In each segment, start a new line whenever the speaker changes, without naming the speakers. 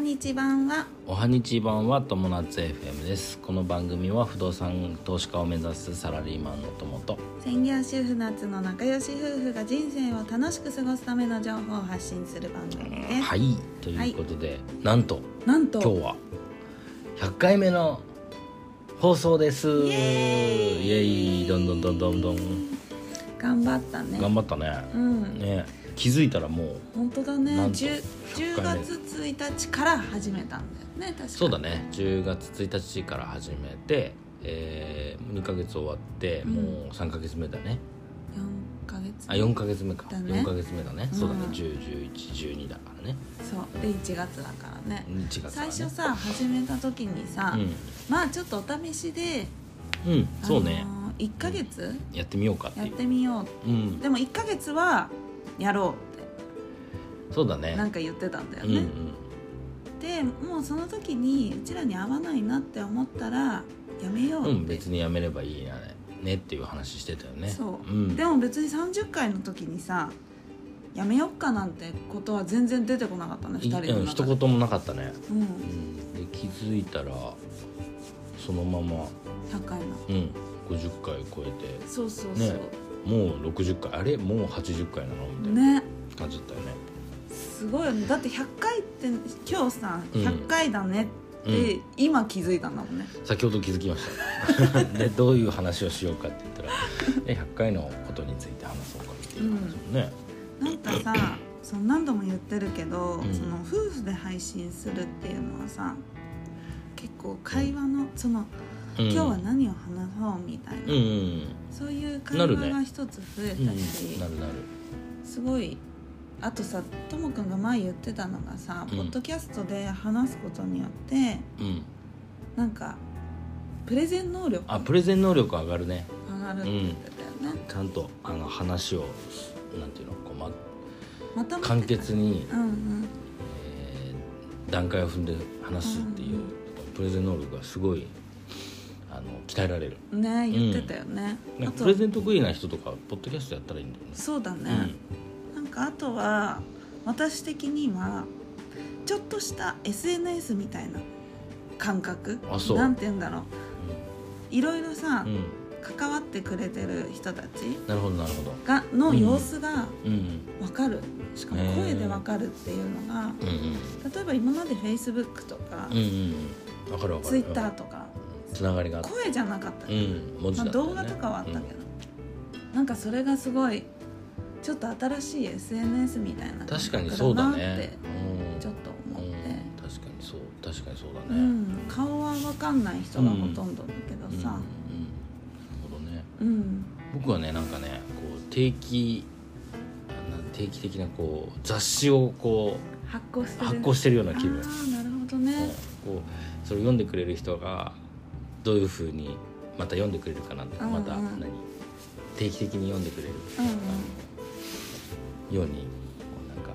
にち版は
おはにち版は友達 FM ですこの番組は不動産投資家を目指すサラリーマンの友と
専業主婦夏の仲良し夫婦が人生を楽しく過ごすための情報を発信する番組です、
はいということで、なんと
なんと
今日は100回目の放送ですイ
イエーイ
エーイどんどんどんどんどん
頑張ったね
頑張ったね
うん
ね気づいたらもう
本当だね
なんと
10,
100
10
回目
月1日から始めたんだよね確か
そうだね10月1日から始めて、え2ヶ月終わって
うん
もう3ヶ月目だね、
4ヶ月
あ4ヶ月目か、
だ
四
ね
4ヶ月目だね、そうだね
うん
101112だからね
そうで1月だからね
1月だね
最初さ始めた時にさ、まあちょっとお試しで、
うん、うん、そうね、
あのー、1ヶ月
やってみようかって
やっ
いう
てみよう
うん
でも1ヶ月はやろうっ
そうだ
てな
ね
んか言ってたんだよ
うんう
ね、
ん
でもうその時にうちらに合わないなって思ったらやめようっ
う
て、
ん別にやめればいいなねねっていう話してたよね
そうんでも別に30回の時にさやめよっかなんてことは全然出てこなかったね2
い
人の
うん
中
一
で、
言もなかったね、
うん、
うん、で気づいたらそのまま、
100回の
うん、50回超えて
そうそうそ
ね
う
もう60回あれもう80回なのみたいな
ね
感じだったよね
すごいよねだって100回って今日さ
うん
100回だねって、今気づいたんだもんね
先ほど気づきました でどういう話をしようかって言ったら え100回のことについて話そうかっていう話もね、
なんかさその何度も言ってるけど、
うん
その夫婦で配信するっていうのはさ結構会話のその、
うん
今日は何を話そうみたい
うん
な、
うん
そういう会
な
話
るね
が一つ増え
うん、うん
たし、
なるなる
すごいあとさともくんが前言ってたのがさ、
うん
ポッドキャストで話すことによって
うん
なんかプレゼン能力
あ
が
プレゼン能力上がるね
上がるって言ってたよね、
ちゃんとあの話をなんていうのこう、ま、
また
簡潔に、
うんうん
えー段階を踏んで話すっていう、
うん
プレゼン能力がすごいあの鍛えられる
ね言ってたよね、
な
あ
んか
と
プレゼン得意な人とかポッドキャストやったらいいんだよね
そうだね、なんかあとは私的にはちょっとした SNS みたいな感覚
あそう
なんて言うんだろういろいろさ、
うん、うん
関わってくれてる人たち
なるほどなるほど
がの様子が
うん
分かる、しか
ね
も声で分かるっていうのが、
うんうん
例えば今まで Facebook とか、
うんうんうんわかるわかる
Twitter とか、
つながりがあって
声じゃなかった
う
り、
ん文字
ま
だ
あ、
ったよ
動
ね
画とかはあったけど、なんかそれがすごいちょっと新しい SNS みたいな
うん
感
確
覚
かにそうだ
なって
ねうん
ちょっと思
うん
って、
確かにそう確かにそうだ
う
ね、
ん、顔は分かんない人がほとんどだけどさ、
うんうんなるほどね
うん
僕はねなんかねこう定期あなん定期的なこう雑誌をこ
発行して
う
る
発行してるような気分、
あーなるほどね、
うんこうそれを読んでくれる人がどういうふうにまた読んでくれるかなんて、
うんうん
また何定期的に読んでくれる、
うんうん
あのようにこうなんか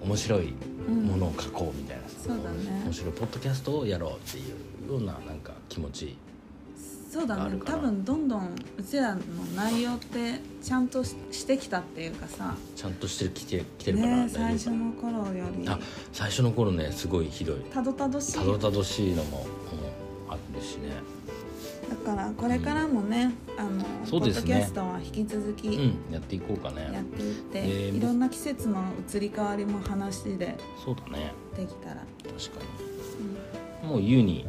面白い
うん、
ものを書こうみたいな、
そうだね
面白いポッドキャストをやろうっていうようななんか気持ち
そうだ
あ
ね
るかな
多分どんどんうちらの内容ってちゃんとししてきたっていうかさ
ちゃんとしてきてきてるから
ね
大丈夫か
最初
な
の頃より
あ最初の頃ねすごいひどい
たどたどしい
たどたどしいのも、うんあるしね
だからこれからもね、あの
そうです
ポッドキ
ね
ャストは引き続き
うんやっていこうか
やっ
ね
ていって、
ね
いろんな季節の移り変わりも話で
そうだね
できたら、
確か
うん
にもう優に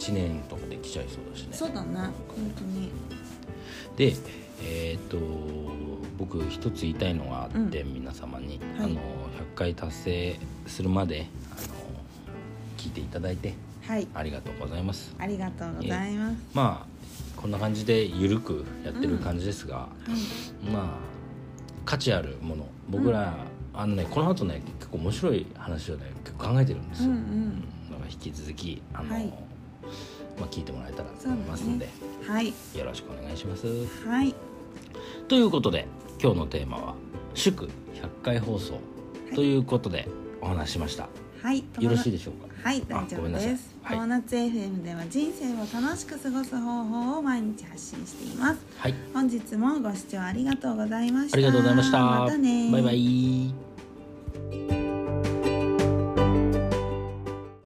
1年とかできちゃいそうだしね
そうだね本当に
でえーっと僕一つ言いたいのがあって、皆様に、
はい
あの100回達成するまであの聞いていただいて
はい
ありがとうございます
ありがとうございます、
まあこんな感じでゆるくやってる感じですが、
はい
まあ価値あるもの僕ら、あのねこの後ね結構面白い話をね結構考えてるんです
う
よ、
んう
うん
ん
だから引き続きあの、
はい
まあ、聞いてもらえたらと思います
そ
ん
う
で、
だはい
よろしくお願いします
はい
ということで今日のテーマは「祝100回放送」
い
ということでお話ししました、
はい
よろしいでしょうか
はい、
あ
大丈
ご
夫
めんなさい
です。
はい
ドーナツ FM では人生を楽しく過ごす方法を毎日発信しています。
はい
本日もご視聴ありがとうございました。
ありがとうございました
またね。
バイバイ